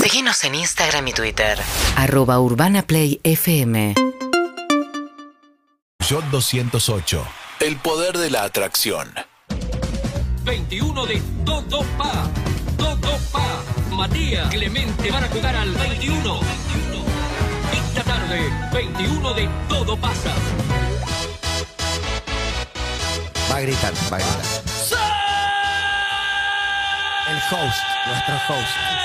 Seguinos en Instagram y Twitter. Arroba Urbana Play FM. Shot 208. El poder de la atracción. 21 de Todo Pa. Todo Pa. Matías Clemente van a jugar al 21. Esta tarde, 21 de Todo Pasa. Va a gritar, va a gritar. El host, nuestro host.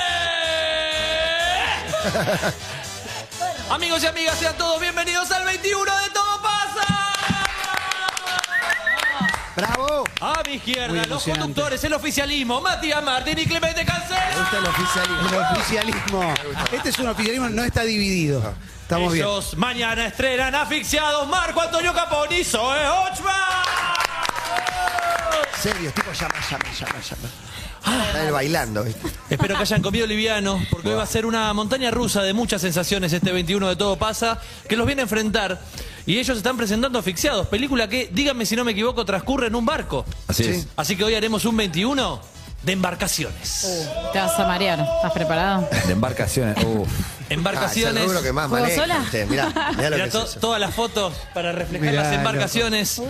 Amigos y amigas, sean todos bienvenidos al 21 de Todo Pasa. ¡Bravo! A mi izquierda, Muy los emocionante. conductores, el oficialismo, Matías Martín y Clemente Me Cancela. gusta el oficialismo. El oficialismo. Este es un oficialismo, no está dividido. Ah. Estamos bien. Ellos mañana estrenan Asfixiados Marco Antonio Capón y Zoe Ochman. Serios, tipo llama, llama, llama, llama. Ah. Está él bailando, ¿viste? Ah, Espero que hayan comido liviano, porque hoy va a ser una montaña rusa de muchas sensaciones este 21 de Todo Pasa, que los viene a enfrentar. Y ellos están presentando Asfixiados, película que, díganme si no me equivoco, transcurre en un barco. Así es. Sí. Así que hoy haremos un 21 de embarcaciones. Te vas a marear. ¿Estás preparado? De embarcaciones. Uh. Uf. Ah, es el Embarcaciones. rubro que más ¿Juego maneja. sola? usted. Mirá, mirá lo Mirá que es to- eso. todas las fotos para reflejar Mirá, las embarcaciones.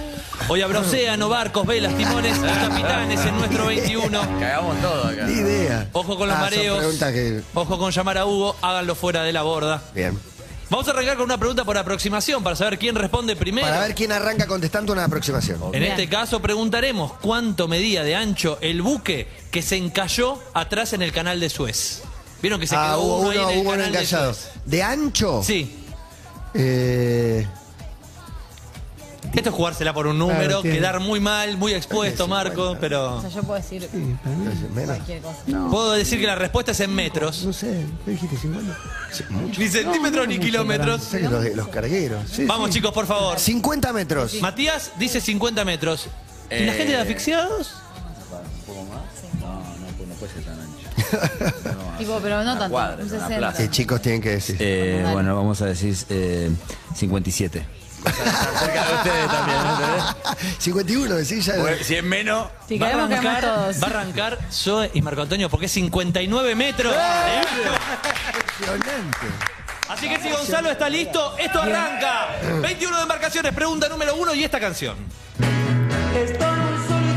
Hoy habrá océano, barcos, velas, timones y capitanes en nuestro 21. Cagamos todo acá. Ni idea. Ojo con los Ah, son mareos. preguntas que... Ojo con llamar a Hugo. Háganlo fuera de la borda. Bien. Vamos a arrancar con una pregunta por aproximación para saber quién responde primero. Para ver quién arranca contestando una aproximación. En Bien. este caso preguntaremos cuánto medía de ancho el buque que se encalló atrás en el canal de Suez. Vieron que se ah, quedó hubo uno ahí uno, en el hubo uno canal de encallado. Suez. ¿De ancho? Sí, Eh, esto es jugársela por un número, quedar muy mal, muy expuesto, Marco, O pero sea, yo puedo decir menos. cualquier cosa. puedo decir que la respuesta es en metros, No sé, ¿qué dijiste? ¿50? Sí, mucho. ni centímetros ni kilómetros. Sé que los, los cargueros. sí, Vamos sí. chicos, por favor. 50 metros. Matías dice 50 metros. Eh, ¿Y la gente de asfixiados? Tipo, pero no tanto. cuadra, un una 60. plaza. Que chicos tienen que decir. Eh, Dale. bueno, vamos a decir eh, 57. cerca de ustedes también, 51, decís ya. Si es menos. Si va, a caemos, caemos arrancar, todos. va a arrancar Zoe y Marco Antonio porque es 59 metros. de ancho. ¡Eh! Impresionante. Así que si Gonzalo está listo, esto arranca. 21 de embarcaciones, pregunta número uno y esta canción.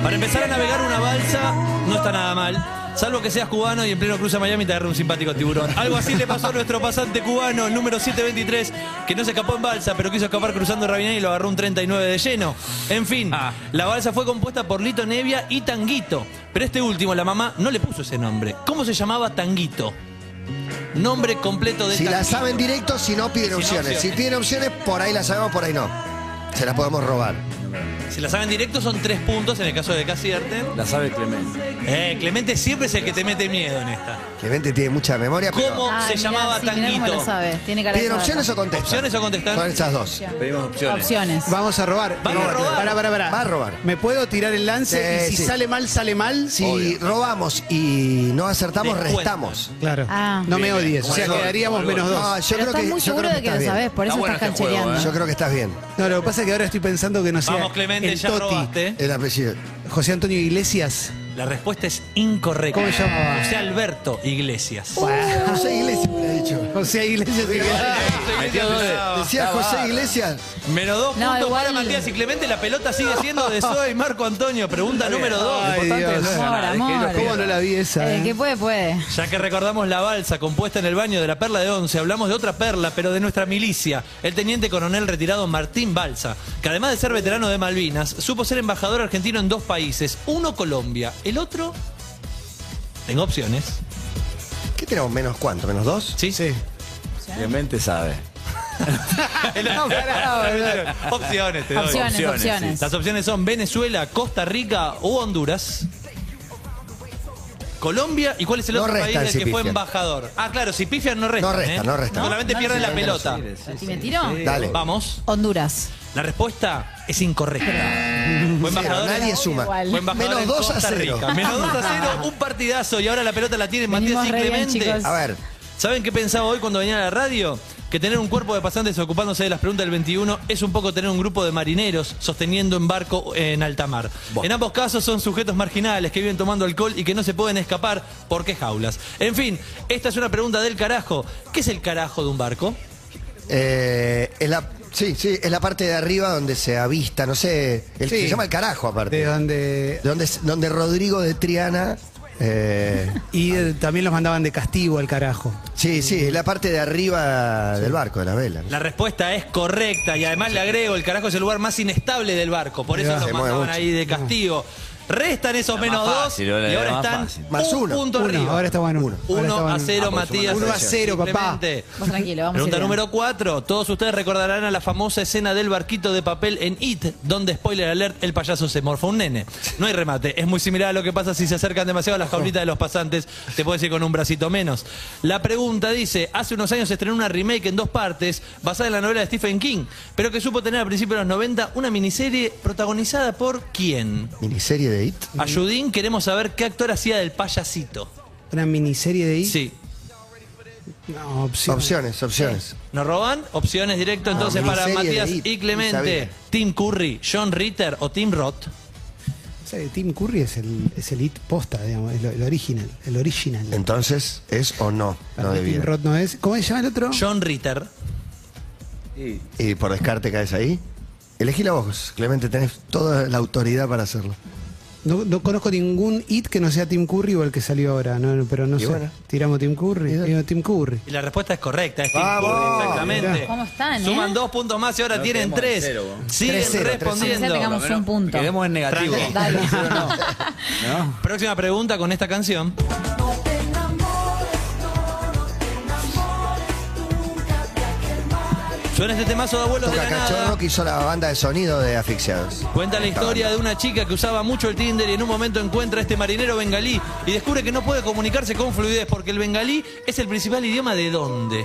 Para empezar a navegar una balsa no está nada mal. Salvo que seas cubano y en pleno cruce a Miami te agarre un simpático tiburón. Algo así le pasó a nuestro pasante cubano, el número 723, que no se escapó en balsa, pero quiso escapar cruzando Rabinán y lo agarró un 39 de lleno. En fin, la balsa fue compuesta por Lito Nevia y Tanguito. Pero este último, la mamá, no le puso ese nombre. ¿Cómo se llamaba Tanguito? Nombre completo de Si la Tanguito. saben directo, si no piden Si no, opciones. Si opciones. piden opciones, por ahí la sabemos, por ahí no. Se la podemos robar. Si la saben directo son tres puntos en el caso de que acierten. La sabe Clemente. Eh, Clemente siempre es el que te mete miedo en esta. Clemente tiene mucha memoria, pero. ¿Cómo Ah, se mirá, llamaba sí, mirá cómo Tanguito? lo sabe. Tiene cara de ¿Piden saber. opciones o contestan? ¿Opciones o Son contestar? esas dos. Pedimos opciones. Opciones. Vamos a robar. Van a Eh, robar. Pará, pará, pará. Va a robar. ¿Me puedo tirar el lance? Sí, y si sí. sale mal, sale mal. Si Obvio. robamos y no acertamos, Descuentan. restamos. Claro. Ah. No me odies. O sea, Bueno, quedaríamos menos No, yo pero dos. creo estás que. muy yo seguro creo de que estás lo bien. sabes, por Está eso bueno estás este juego, canchereando. Yo creo que estás bien. No, lo que pasa es que ahora estoy pensando que no sea Vamos, Clemente, el ya Toti. robaste. El apellido. José Antonio Iglesias. La respuesta es incorrecta. ¿Cómo se llamaba? José Alberto Iglesias. Pues, José Iglesias me ha dicho. Oh. José Iglesias. Iglesias. Metió dos de- Decía José Iglesias. Menos dos No, puntos igual- para Matías y Clemente. La pelota sigue siendo de Zoe y Marco Antonio. Pregunta número dos. Ay, Dios. Amor, amor. ¿Cómo no la vi esa? El eh? que puede, puede. Ya que recordamos la balsa compuesta en el baño de la Perla de Once, hablamos de otra perla, pero de nuestra milicia, el teniente coronel retirado Martín Balsa, que además de ser veterano de Malvinas, supo ser embajador argentino en dos países, uno Colombia, el otro... Tengo opciones. ¿Qué tenemos? ¿Menos cuánto? ¿Menos dos? ¿Sí? Sí. Clemente sabe. opciones, te doy. Opciones, Opciones, opciones. Las opciones son Venezuela, Costa Rica u Honduras. Colombia, ¿y cuál es el No otro restan país del si que fue pifian. embajador? Ah, claro, si pifian no restan. No restan, ¿eh? no restan. Solamente No, no pierden la restan. pelota. ¿Y me tiró? Dale. Vamos. Honduras. La respuesta es incorrecta. Fue Claro, embajador, nadie suma. Igual. fue embajador Menos en 2 a Costa 0. Rica. Menos 2 a 0, un partidazo y ahora la pelota la tiene Matías Venimos y re bien, Clemente. chicos. A ver, ¿Saben qué pensaba hoy cuando venía a la radio? Que tener un cuerpo de pasantes ocupándose de las preguntas del 21 es un poco tener un grupo de marineros sosteniendo en barco en alta mar. En ambos casos son sujetos marginales que viven tomando alcohol y que no se pueden escapar porque jaulas. En fin, esta es una pregunta del carajo. ¿Qué es el carajo de un barco? Eh, es la, sí, sí, es la parte de arriba donde se avista, no sé. El, Sí. Se llama el carajo, aparte. De donde. donde, donde Rodrigo de Triana. eh, Y eh, también los mandaban de castigo al carajo. sí, sí, es la parte de arriba del barco, de la vela. La respuesta es correcta y además le agrego, el carajo es el lugar más inestable del barco, por eso Se lo mueve mandaban mucho. ahí de castigo. Restan esos Era más menos dos fácil, y era ahora más están fácil. Más un uno. punto Uno, arriba. ahora estaban uno. Ahora 1 a estaban 0 uno. Matías. Uno a cero, papá. Simplemente. Vos tranquilo, vamos Pregunta a ir bien. número 4. Todos ustedes recordarán a la famosa escena del barquito de papel en It, donde, spoiler alert, el payaso se morfa un nene. No hay remate. Es muy similar a lo que pasa si se acercan demasiado a las jaulitas de los pasantes. Te puedes ir con un bracito menos. La pregunta dice, hace unos años se estrenó una remake en dos partes basada en la novela de Stephen King, pero que supo tener a principios de los 90 una miniserie protagonizada por quién. Miniserie de IT. Ayudín, queremos saber qué actor hacía del payasito. Una miniserie de I. Sí. No, opción. Opciones, opciones. ¿Nos roban? Opciones directo entonces Ah, para miniserie Matías de It, y Isabela. Clemente. Tim Curry, John Ritter o Tim Roth. O sea, Tim Curry es el, es el hit posta, digamos, el, el original. El original. Entonces, ¿es o no? No Para mí Tim debiera. Roth no es. ¿Cómo se llama el otro? John Ritter. Y por descarte caes ahí. Elegí la voz, Clemente, tenés toda la autoridad para hacerlo. No, no conozco ningún hit que no sea Tim Curry o el que salió ahora, no, no, pero no Y sé. bueno. Tiramos Tim Curry. Y dale. Digo, Tim Curry. Y la respuesta es correcta, es Tim ¡Vamos! Curry, exactamente. ¿Cómo están, eh? Suman dos puntos más y ahora No tienen quedemos en tres. cero, vos. Siguen Tres cero, tres cero. Aunque sea respondiendo. tengamos un punto. Quedemos en negativo. Dale. Próxima pregunta con esta canción. Suena este temazo de abuelos de Toca la nada. Cachorro que hizo la banda de sonido de Asfixiados. Cuenta la historia de una chica que usaba mucho el Tinder y en un momento encuentra a este marinero bengalí y descubre que no puede comunicarse con fluidez porque el bengalí es el principal idioma de dónde.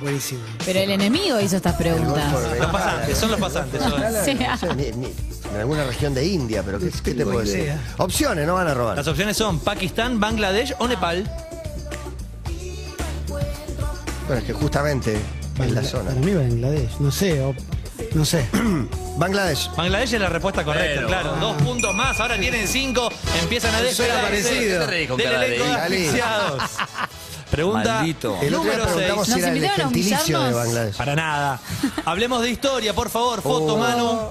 Buenísimo. Pero el enemigo hizo estas preguntas. Los pasantes, son los pasantes. son. Sí. Ni- ni- en alguna región de India, pero ¿qué, qué te puedo decir? idea. Opciones, no van a robar. Las opciones son Pakistán, Bangladesh o Nepal. Bueno, es que justamente es la Bangla- zona. Para mí Bangladesh, no sé, o- no sé. Bangladesh. Bangladesh es la respuesta correcta, Pero, claro. Dos puntos más, ahora tienen cinco, empiezan a Suena despegarse parecido. ¿Qué te reís con del cara de elenco de bengalí? asfixiados. Pregunta Maldito. El otro día número seis. preguntamos seis. si era el ¿Nos invitaron a gentilicio de humillarnos? Bangladesh. Para nada. Hablemos de historia, por favor. Oh. Foto, mano.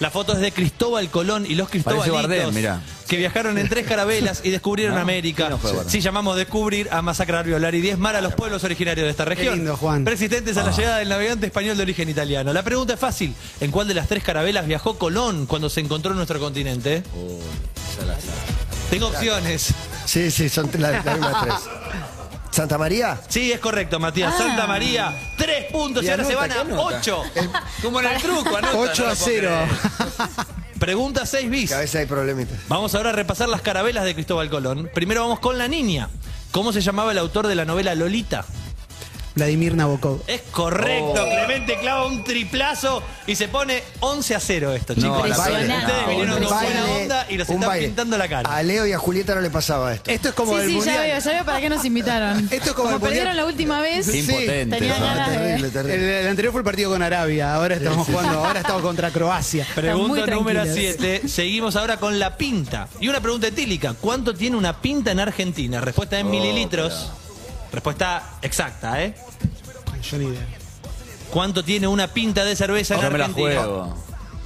La foto es de Cristóbal Colón y los Parece cristobalitos Bardem, mirá. que viajaron en tres carabelas y descubrieron No, América. no fue Bardem. Sí, llamamos descubrir a masacrar, violar y diezmar a los pueblos originarios de esta región. lindo, Juan. Resistentes Ah. a la llegada del navegante español de origen italiano. La pregunta es fácil. ¿En cuál de las tres carabelas viajó Colón cuando se encontró en nuestro continente? Oh, Tengo opciones. Sí, sí, son las la misma tres. ¿Santa María? Sí, es correcto, Matías. Santa María, tres puntos y, Y ahora se anota, van a ¿qué anota? ocho. Como en el truco, anota. 8 a 0. Pregunta 6 bis. Que a veces hay problemitas. Vamos ahora a repasar las carabelas de Cristóbal Colón. Primero vamos con la niña. ¿Cómo se llamaba el autor de la novela Lolita? Vladimir Nabokov. Es correcto, Oh. Clemente clava un triplazo y se pone 11 a 0 esto, No, chicos. la Ustedes baile. Ah, vinieron un con buena baile, onda y los un están baile. pintando la cara. A Leo y a Julieta no le pasaba esto. Esto es como el sí, sí, ya mundial. veo, ya veo para qué nos invitaron. Esto es como el perdieron la última vez, Qué impotente. tenían ¿no? Ah, ganas de... terrible, El, terrible. el anterior fue el partido con Arabia, ahora estamos jugando, ahora estamos contra Croacia. Pregunta muy número tranquilos. 7. Seguimos ahora con la pinta. Y una pregunta etílica. ¿Cuánto tiene una pinta en Argentina? Respuesta en mililitros. Respuesta exacta, ¿eh? Yo ni idea. ¿Cuánto tiene una pinta de cerveza en Yo me la Argentina? juego.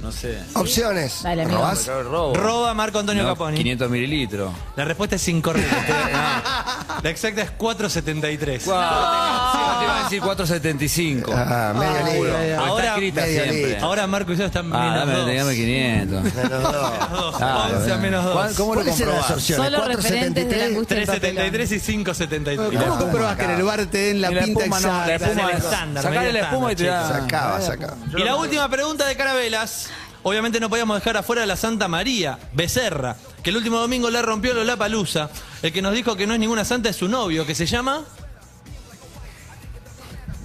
No sé. Opciones. Dale, amigo. ¿Robás? Roba Marco Antonio No, Caponi. 500 mililitros. La respuesta es incorrecta. La exacta es 473. No, te iba a decir 475. Ah, medio libro. Pero Ahora- está escrita medio siempre. litro. Ahora Marco y yo están Ah, menos dame, dame dos. 500. Menos dos. Dos, Ah, once a menos dos. ¿Cuál- ¿Cómo lo ¿Cuáles eran las comprobás? opciones? Solo referentes de 473. la angustia del 373 y ¿Cómo 573. la espuma comprobás que en el bar te den la, pinta espuma no, exacta? la espuma Dale, es- estándar, Sacale medio la espuma y te estándar, da. Sacaba, sacaba. Y la última pregunta de Carabelas. Obviamente no podíamos dejar afuera a la Santa María, Becerra, que el último domingo la rompió Lola Palusa. El que nos dijo que no es ninguna santa es su novio, que se llama.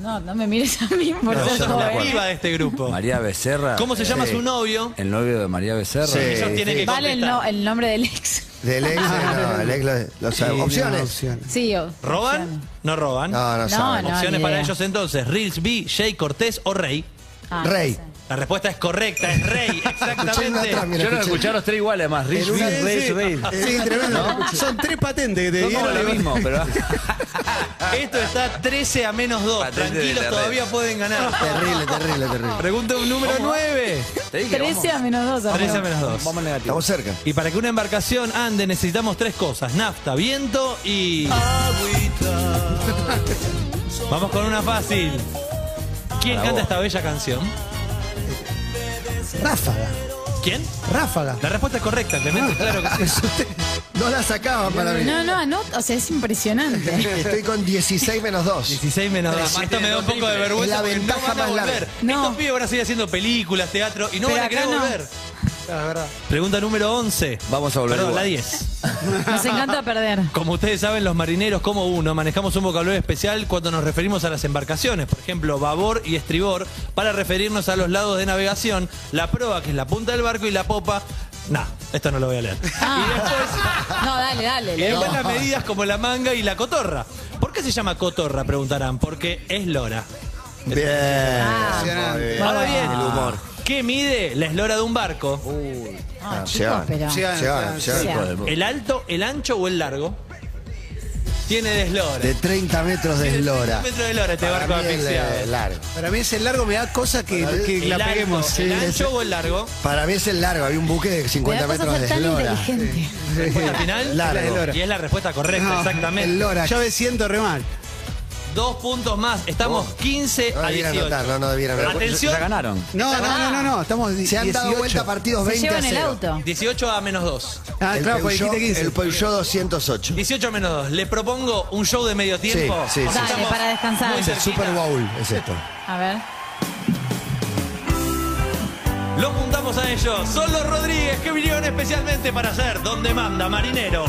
No, no me mires a mí, por Pero ella favor. es la viva de este grupo. María eh, Becerra. ¿Cómo se llama Sí. su novio? El novio de María Becerra. Sí. Ellos tienen que Vale el, contestar. Ah, no- el nombre del ex. Del ex, eh, no, el ex lo- lo sabe. Sí, no, Opciones. opciones. Sí, o- ¿Roban? No roban. No, no, No, sabe. no. Opciones ni para idea. ellos entonces. Reels B, Jay Cortés o Rey. Ah, Rey. no sé. La respuesta es correcta, es Rey, Escuché una exactamente. atrás, mira, Yo no escuché. escuché a los tres iguales, además. Rich, En una- Rich, sí. Rich, Rich. Sí, tremendo. Son tres patentes que te No como dieron. lo mismo, pero. Este, Esto está 13 a menos 2. Patente de Tranquilos, la todavía pueden ganar. Terrible, terrible, terrible. Pregunta un número 9. Te dije, vamos- 13 a menos 2. 13 a menos 2. Vamos negativo. Estamos cerca. Y para que una embarcación ande necesitamos tres cosas, nafta, viento y... Vamos con una fácil. ¿Quién Para canta vos. esta bella canción? Ráfaga. ¿Quién? Ráfaga. La respuesta es correcta, Clemente, claro que sí. No la sacaba para mí. No, no, anota. O sea, es impresionante. Estoy con 16 menos 2. 16 menos 2. Esto me da un poco de vergüenza Es la porque no ventaja van a más larga. volver. No. Estos pibes van a seguir haciendo películas, teatro y no Pero van a querer acá no. volver. Pregunta número 11. Vamos a volver Perdón, igual. la 10. Nos encanta perder. Como ustedes saben, los marineros como uno manejamos un vocabulario especial cuando nos referimos a las embarcaciones, por ejemplo, babor y estribor, para referirnos a los lados de navegación, la proa, que es la punta del barco, y la popa. Nah, esto no lo voy a leer. Ah. No, dale, dale. Y le- después las medidas como la manga y la cotorra. ¿Por qué se llama cotorra? Preguntarán. Porque es lora. Bien. Impresionante. Ahora Ah. bien, El humor. ¿qué mide la eslora de un barco? Ah, Ah, chicos, llevan, pero- llevan, llevan, llevan. llevan por el- ¿El alto, el ancho o el largo? Tiene de eslora. De 30 metros de eslora. Un metro de eslora este Para barco mí el, asfixiado. eh, largo. Para mí ese largo me da cosa que, que El la alto, peguemos. ¿El Sí, ancho ese- o el largo? Para mí es el largo. Había un buque de Me 50 da cosa metros de ser tan eslora. inteligente. Al final, Largo. el Y es la respuesta correcta, No, exactamente. el lora. Ya me siento re mal. Dos puntos más. Estamos Oh. 15 No a debiera 18. anotar, no, no debiera anotar. Atención. Ya ganaron. No, no, no, no, no. Estamos Se han dado 18. vuelta partidos Se 20 a llevan el 0. auto. 18 a menos 2. Ah, el, claro, porque Peugeot, dijiste 15. el Peugeot 208. 18 a menos 2. Les propongo un show de medio tiempo. Sí, sí, sí. Dale, Estamos para descansar. muy Es el cerquita. Super Bowl, es esto. A ver. Los juntamos a ellos. Son los Rodríguez que vinieron especialmente para hacer Donde Manda Marinero.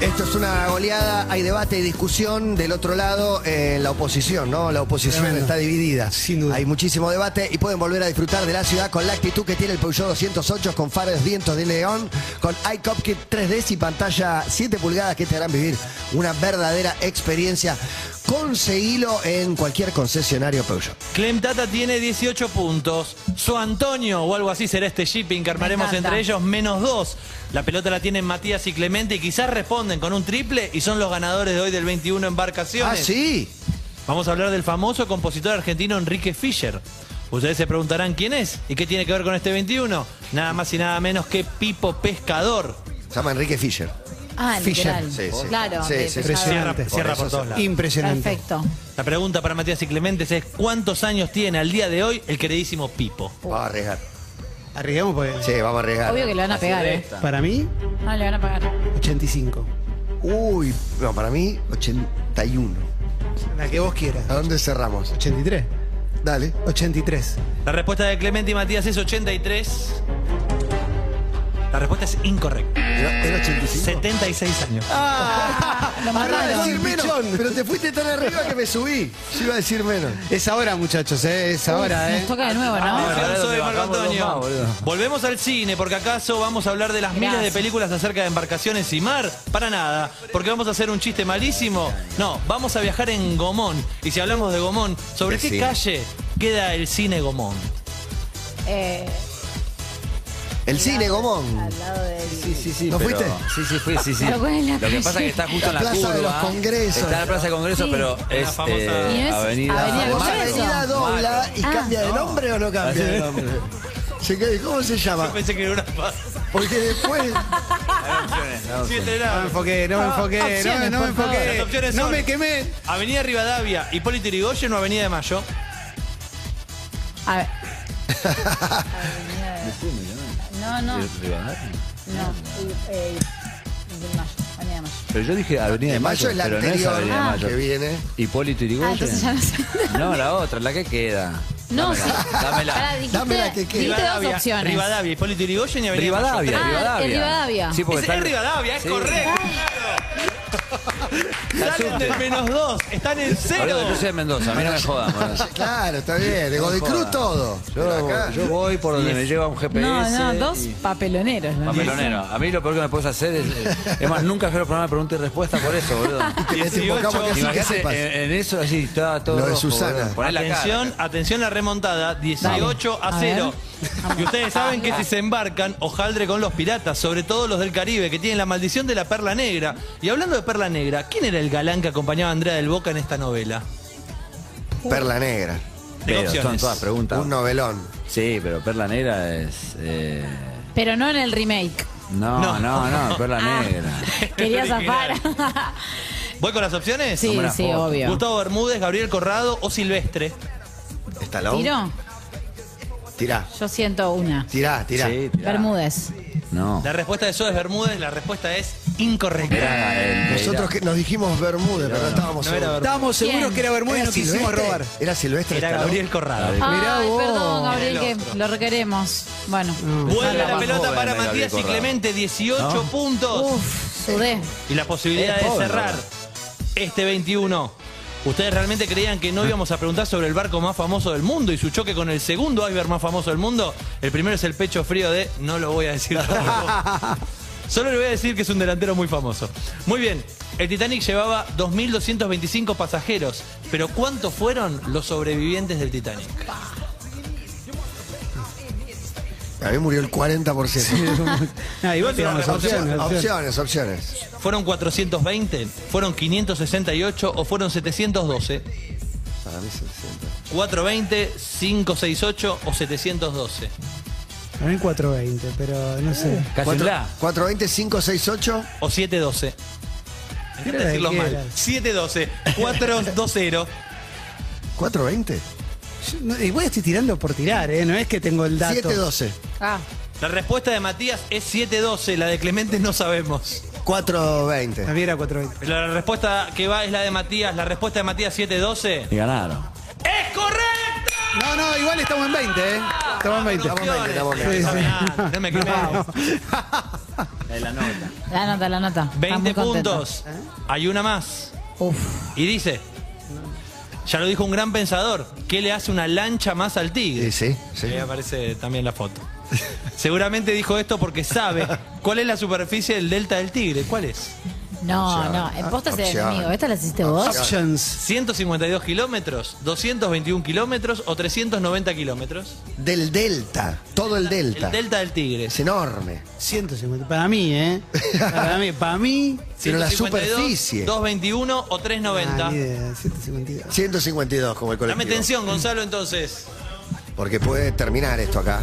Esto es una goleada, hay debate y discusión del otro lado eh, la oposición, ¿no? La oposición Tremendo. está dividida. Sin duda. Hay muchísimo debate y pueden volver a disfrutar de la ciudad con la actitud que tiene el Peugeot 208 con faros vientos de león, con iCop Kit 3D y pantalla 7 pulgadas que te harán vivir una verdadera experiencia. Conseguilo en cualquier concesionario Peugeot. Clem Tata tiene 18 puntos. Su Antonio o algo así será este shipping que armaremos encanta. entre ellos, menos dos. La pelota la tienen Matías y Clemente y quizás responden con un triple y son los ganadores de hoy del 21 Ah, embarcaciones. sí. Vamos a hablar del famoso compositor argentino Enrique Fischer. Ustedes se preguntarán quién es y qué tiene que ver con este 21. Nada más y nada menos que Pipo Pescador. Se llama Enrique Fischer. Ah, literal. Fisher, sí, sí. Claro. Sí, de sí, pescador. Cierra, Impresionante. cierra Por por eso todos lados. Impresionante. Perfecto. La pregunta para Matías y Clemente es cuántos años tiene al día de hoy el queridísimo Pipo. Vamos a arriesgar. Arriesgamos porque. Sí, vamos a arriesgar. Obvio que le van a pegar, ¿eh? Para mí, Ah, le van a pagar. 85. Uy, no, para mí 81. La que vos quieras. ¿A dónde cerramos? 83. Dale. 83. La respuesta de Clemente y Matías es 83. La respuesta es incorrecta. ¿Era era 85? 76 años. Ahora iba a decir menos, pero te fuiste tan arriba que me subí. Yo iba a decir menos. Es ahora, muchachos, ¿eh? es ahora, ¿eh? Nos toca de nuevo, ¿no? Aplauso de Marco bajamos Antonio. dos más, boludo. Volvemos al cine porque acaso vamos a hablar de las miles de Gracias. películas acerca de embarcaciones y mar. Para nada, porque vamos a hacer un chiste malísimo. No, vamos a viajar en Gomón. Y si hablamos de Gomón, ¿sobre qué Decime. calle queda el cine Gomón? Eh, El cine, Gomón. al lado del... Sí, sí, sí. ¿No pero- fuiste? Sí, sí, fui, sí, sí. Pero ¿cuál es la Lo que calle? pasa es que está justo en La la plaza de curva. los congresos. Está en la plaza de congresos, Sí. pero La es famosa- eh, Y es avenida. Avenida ¿Vos Marco. avenida dobla y cambia de nombre o no cambia de nombre? Se queda- ¿Cómo se llama? Pensé que era una paz. Porque después. Sí, este No era. me enfoqué, no me enfoqué, no, me- opciones, no me por favor. Las enfoqué. opciones No son- me quemé. Avenida Rivadavia, Hipólito Yrigoyen o Avenida de Mayo. A ver. No, no, no. Eh, de mayo, avenida de mayo. Pero yo dije Avenida de Mayo, Mayo es la pero no es anterior Avenida de Mayo. que viene. Hipólito Yrigoyen. Ah, entonces ya no sé. No, la otra, la que queda. No, sí. Dámela, dámela. Pará, dijiste, Dámela que queda. dijiste dos opciones. Rivadavia, Hipólito Yrigoyen y Avenida Rivadavia, Ah, Rivadavia. es Rivadavia. Sí, Mayo. porque Es, está- es Rivadavia, es Sí. correcto. La Salen subte. del menos dos, están en cero. Boludo, yo soy de Mendoza, a mí no me jodan. boludo. Claro, está bien. De Godoy Cruz todo. Yo, Pero acá- yo voy por donde me lleva un GPS. No, no, dos y- papeloneros. ¿no? Papelonero. A mí lo peor que me puedes hacer es. eh, Es más, nunca fui al programa de pregunta y respuesta por eso, boludo. que te 18. invocamos que sí que Imagínate sepas. en, en eso así, está todo. Lo de rojo, Susana. boludo. Poné la cara. atención, atención la remontada, 18 Dale. a A 0. ver. Y ustedes saben que si se embarcan, hojaldre con los piratas, sobre todo los del Caribe, que tienen la maldición de la perla negra. Y hablando de perla negra, ¿quién era el galán que acompañaba a Andrea del Boca en esta novela? Perla Negra. Tengo Pero son opciones. todas preguntas. Un novelón. Sí, pero Perla Negra es. eh, Pero no en el remake. No, No. no, no, Perla Ah, Negra. Quería zafar. Original. ¿Voy con las opciones? sí, Tomá la sí, foto. obvio. Gustavo Bermúdez, Gabriel Corrado o Silvestre. Estalón. ¿Tiro? Tirá. Yo siento una. Tirá, tirá. Sí, tirá. Bermúdez. No. La respuesta de Sodes Bermúdez, la respuesta es incorrecta. Era el- Nosotros que nos dijimos Bermúdez, pero no estábamos No era seguros. Estábamos ¿Quién? seguros que era Bermúdez y nos quisimos Silvestre? robar. Era Silvestre Era Estalón. Gabriel Corrado. Mirá Ay, vos. perdón, Gabriel, El que lo requeremos. Bueno. Vuelve la Salvamos. pelota joven para de Gabriel Matías y Corrado. Clemente, 18 puntos. Uf, sudé. y la posibilidad Es de pobre, cerrar Robert. este 21. ¿Ustedes realmente creían que no íbamos a preguntar sobre el barco más famoso del mundo y su choque con el segundo iceberg más famoso del mundo? El primero es el pecho frío de no lo voy a decir. tampoco. Solo le voy a decir que es un delantero muy famoso. Muy bien, el Titanic llevaba 2.225 pasajeros, pero ¿cuántos fueron los sobrevivientes del Titanic? A mí murió el 40%. Ah, igual tiramos opciones. opciones, opciones, opciones. opciones. ¿Fueron 420? ¿Fueron 568 o fueron 712? Para mí 700. 420, 568 o 712. A mí 420, pero no sé. Cásenla. 420, 568. o 7-12. Me encanta Era de decirlo que mal. era. 7-12, 4-2-0. 420. Yo no- igual estoy tirando por tirar, ¿eh? No es que tengo el dato. 712. Ah, La respuesta de Matías es 7-12, la de Clemente no sabemos. 420. También era 420. Pero la respuesta que va es la de Matías, la respuesta de Matías 7-12. Y ganaron. ¡Es correcta! No, no, igual estamos en 20, ¿eh? Estamos en 20. Estamos bien, estamos bien. Sí, sí. No me quemé. La de la nota. La nota, la nota. Está 20 muy contento. puntos. ¿Eh? Hay una más. Uf. Y dice, ya lo dijo un gran pensador, ¿qué le hace una lancha más al tigre? Sí, sí, sí. Ahí aparece también la foto. Seguramente dijo esto porque sabe cuál es la superficie del delta del tigre. ¿Cuál es? No, Opción. no. En posta es el Opción. enemigo. ¿Esta la hiciste vos? Options. 152 kilómetros, 221 kilómetros o 390 kilómetros. Del delta, todo el delta. El delta del tigre. Es enorme. 150. Para mí, ¿eh? Para mí. Para mí. Pero la 152, superficie. 221 o Ah, 390. ni idea, 152. 152 como el Dame colectivo. tensión, Gonzalo, entonces. Porque puede terminar esto acá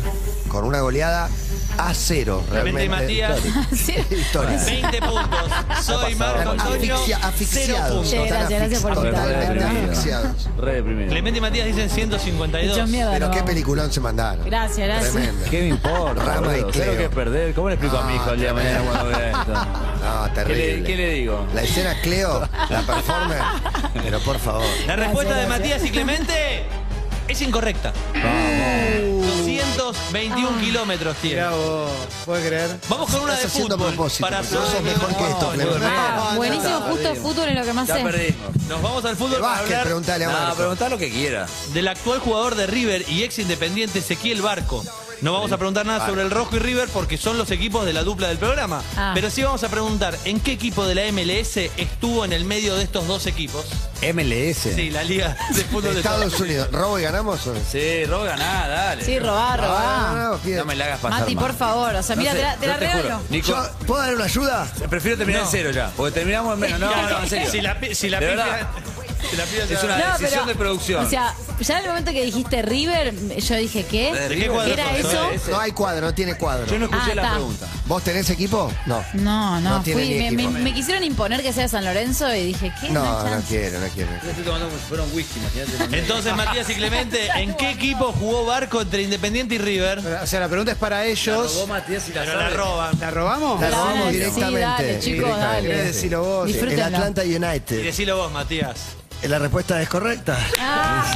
con una goleada a cero. Realmente, Realmente, Matías. Sí. Histórica. 20 puntos. Soy Marco Antonio. Asfixia- cero asfixiados. puntos. Che, gracias, gracias por Totalmente invitarme. asfixiados. Re deprimido. Clemente y Matías dicen Mucho 152. miedo. Pero ¿no? qué peliculón se mandaron. Gracias, gracias. Tremendo. ¿Qué me importa? Rama y boludo? Creo Cleo. que es perder. ¿Cómo le explico a mi hijo el día de mañana cuando vea esto? No, ¿Qué terrible. le, qué le digo? La escena Cleo, la performance. Pero por favor. La respuesta de Gracias, Matías y Clemente es incorrecta. 221 Ah. kilómetros tiene. Mirá vos, ¿puedes creer? Vamos con una Estás de haciendo fútbol. propósito, para porque vos Soy sos mejor que esto, Antonio. Clemente. Ah, No, buenísimo, no, no, justo perdimos. fútbol es lo que más Ya sé. perdimos. Nos vamos al fútbol El para básquet, hablar preguntale a No, Marco. preguntá lo que quieras. del actual jugador de River y ex Independiente Ezequiel Barco. No vamos a preguntar nada sobre el Rojo y River porque son los equipos de la dupla del programa. Ah. Pero sí vamos a preguntar en qué equipo de la MLS estuvo en el medio de estos dos equipos. MLS. Sí, la Liga de Fútbol de Estados Estados Unidos. ¿Robo y ganamos? o no? Sí, roga nada, dale. Sí, robá, No, no, robá. no, pide- No me la hagas Ah, pasar Mati, mal. por favor. O sea, mira, No te sé, la, te yo la te juro. regalo. Nico, Yo- ¿Puedo dar una ayuda? prefiero terminar en cero ya, porque terminamos en menos. No, no, en serio. Si la, pi- si la De pifia- verdad. si la pifia se Es va. una decisión de producción. O sea, ya en el momento que dijiste River, yo dije, ¿qué? ¿De qué cuadro ¿Era sos? eso? Ese. No hay cuadro, no tiene cuadro. Yo no escuché Ah, la está. pregunta. ¿Vos tenés equipo? No. No, no, No tiene fui. ni Me, equipo. me- me quisieron imponer que sea San Lorenzo y dije, ¿qué? hay No, no chance. quiero, no quiero. Yo estoy tomando como si fuera un whisky, imagínate. Entonces, Matías y Clemente, ¿en qué equipo jugó Barco entre Independiente y River? Pero, O sea, la pregunta es para ellos. Matías y Pero la roban. ¿La robamos? La Dale, robamos sí, directamente. dale, chicos, directamente. dale. Querés decirlo vos. Disfr- El Disfrútenlo. Atlanta Y United. decilo vos, Matías. La respuesta es correcta. Ah,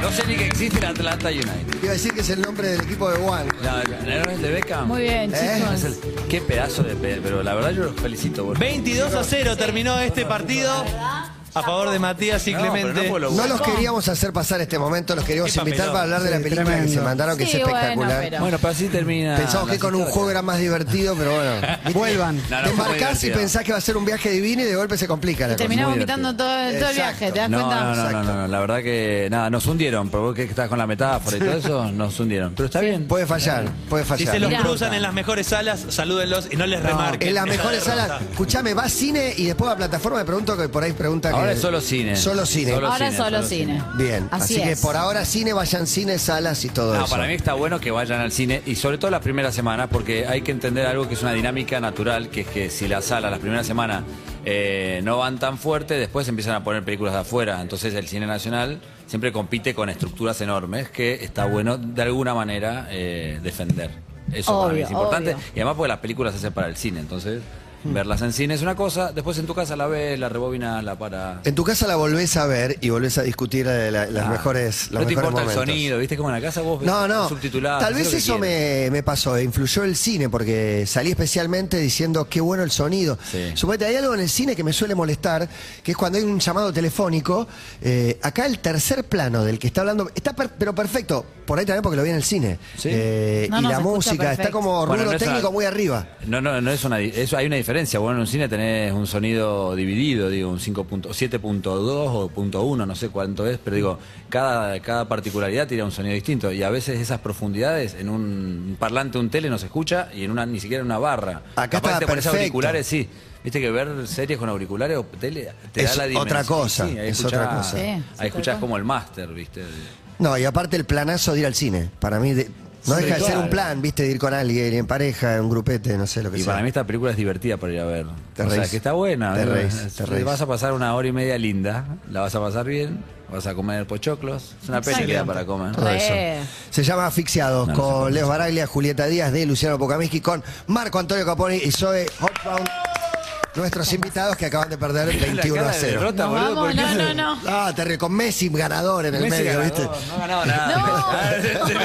No sé ni que existe el Atlanta United. Iba a decir que es el nombre del equipo de Juan. No, no, no es el de Beckham. muy bien, ¿Eh? chicos. Es el- Qué pedazo de pe- pero la verdad yo los felicito, boludo. 22 a 0 terminó este partido a favor de Matías y No, pero no Clemente. por lo No los queríamos hacer pasar este momento, los queríamos Qué invitar papelón. para hablar de la Sí, película que tremendo. se mandaron, que Sí, es bueno, espectacular. pero- Bueno, pero así termina. Pensamos que Ah, la con un historia. juego era más divertido, pero bueno. Vuelvan. No, no, fue muy Desmarcás y divertido. pensás que va a ser un viaje divino y de golpe se complica la cosa. Terminás muy vomitando todo, divertido. todo el viaje, ¿te das No, cuenta? no, no, no, no, no, la verdad que nada, nos hundieron, pero vos que estás con la metáfora y todo eso, nos hundieron. Pero está bien. Puede fallar, puede Si fallar. se los Mirá. cruzan en las mejores salas, salúdenlos y no les remarquen. En las esa mejores derrota. salas. Escuchame, vas cine y después a plataforma me pregunto que por ahí pregunta que- Ahora es solo cine. Solo cine. Solo Ahora cine, solo solo cine. Bien. Así, Así, que es. Eh, por ahora cine, vayan cine, salas y todo No, eso. para mí está bueno que vayan al cine y sobre todo las primeras semanas porque hay que entender algo que es una dinámica natural, que es que si las salas las primeras semanas eh, no van tan fuerte, después empiezan a poner películas de afuera. Entonces el cine nacional siempre compite con estructuras enormes que está bueno de alguna manera eh, defender. Eso para mí Obvio, es importante. obvio. Mm. Y además porque las películas se hacen para el cine, entonces verlas en cine es una cosa, después en tu casa la ves, la rebobinas, la para... En tu casa la volvés a ver y volvés a discutir eh, la- las Ah, mejores. No los te mejores importa el momentos. sonido, ¿viste? Como en la casa vos ves No, no. subtitulado. Tal haces vez lo que eso quieras. me, me pasó, influyó el cine, porque salí especialmente diciendo qué bueno el sonido. Sí. Suponete, hay algo en el cine que me suele molestar, que es cuando hay un llamado telefónico. eh, acá el tercer plano del que está hablando está per- pero perfecto. Por ahí también porque lo vi en el cine. Sí. Eh, No, y no, la se escucha música está perfecto. como Bueno, rubro no es técnico una- muy arriba. No, no, no es una. di- Eso, hay una diferencia. Bueno, en un cine tenés un sonido dividido, digo, un 5.0, 7.2 o punto .1, no sé cuánto es, pero digo, cada, cada particularidad tiene un sonido distinto. Y a veces esas profundidades en un parlante, un tele no se escucha y en una ni siquiera en una barra. Acá Capaz está te pones perfecto. auriculares, sí. Viste que ver series con auriculares o tele te Es da la dimensión. otra cosa, Sí, ahí es escuchás- otra cosa. Sí, es otra Ahí escuchás cosa. como el máster, viste. No, y aparte el planazo de ir al cine. Para mí, de- no Sí, deja de ser claro. un plan, viste, de ir con alguien, en pareja, en un grupete, no sé lo que Y sea. para mí esta película es divertida para ir a ver. Te o sea, reís. que está buena. Te ¿no? reís, te reís. Vas a pasar una hora y media linda, la vas a pasar bien, vas a comer pochoclos. Es una película para comer. Todo eso. Re. Se llama Asfixiados, No, no sé con cómo Leo Baraglia, Julieta Díaz de Luciano Pocamisqui, con Marco Antonio Caponi y Zoe Hopbaum, nuestros invitados que acaban de perder La 21 a cara de 0. derrota, Nos boludo, ¿por vamos, qué? no, no, no. Ah, terrible, con Messi ganador en el Messi medio, ganador, ¿viste? No ha ganado nada. No.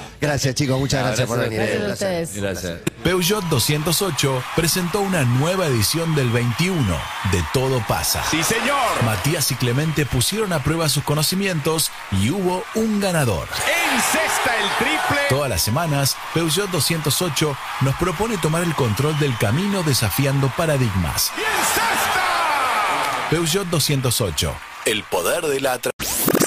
Gracias, chicos. Muchas gracias, por venir. Un Gracias a placer. ustedes. Gracias. Peugeot 208 presentó una nueva edición del 21 de Todo Pasa. Sí, señor. Matías y Clemente pusieron a prueba sus conocimientos y hubo un ganador. En cesta el triple. Todas las semanas, Peugeot 208 nos propone tomar el control del camino desafiando paradigmas. Y en cesta. Peugeot 208, el poder de la atracción.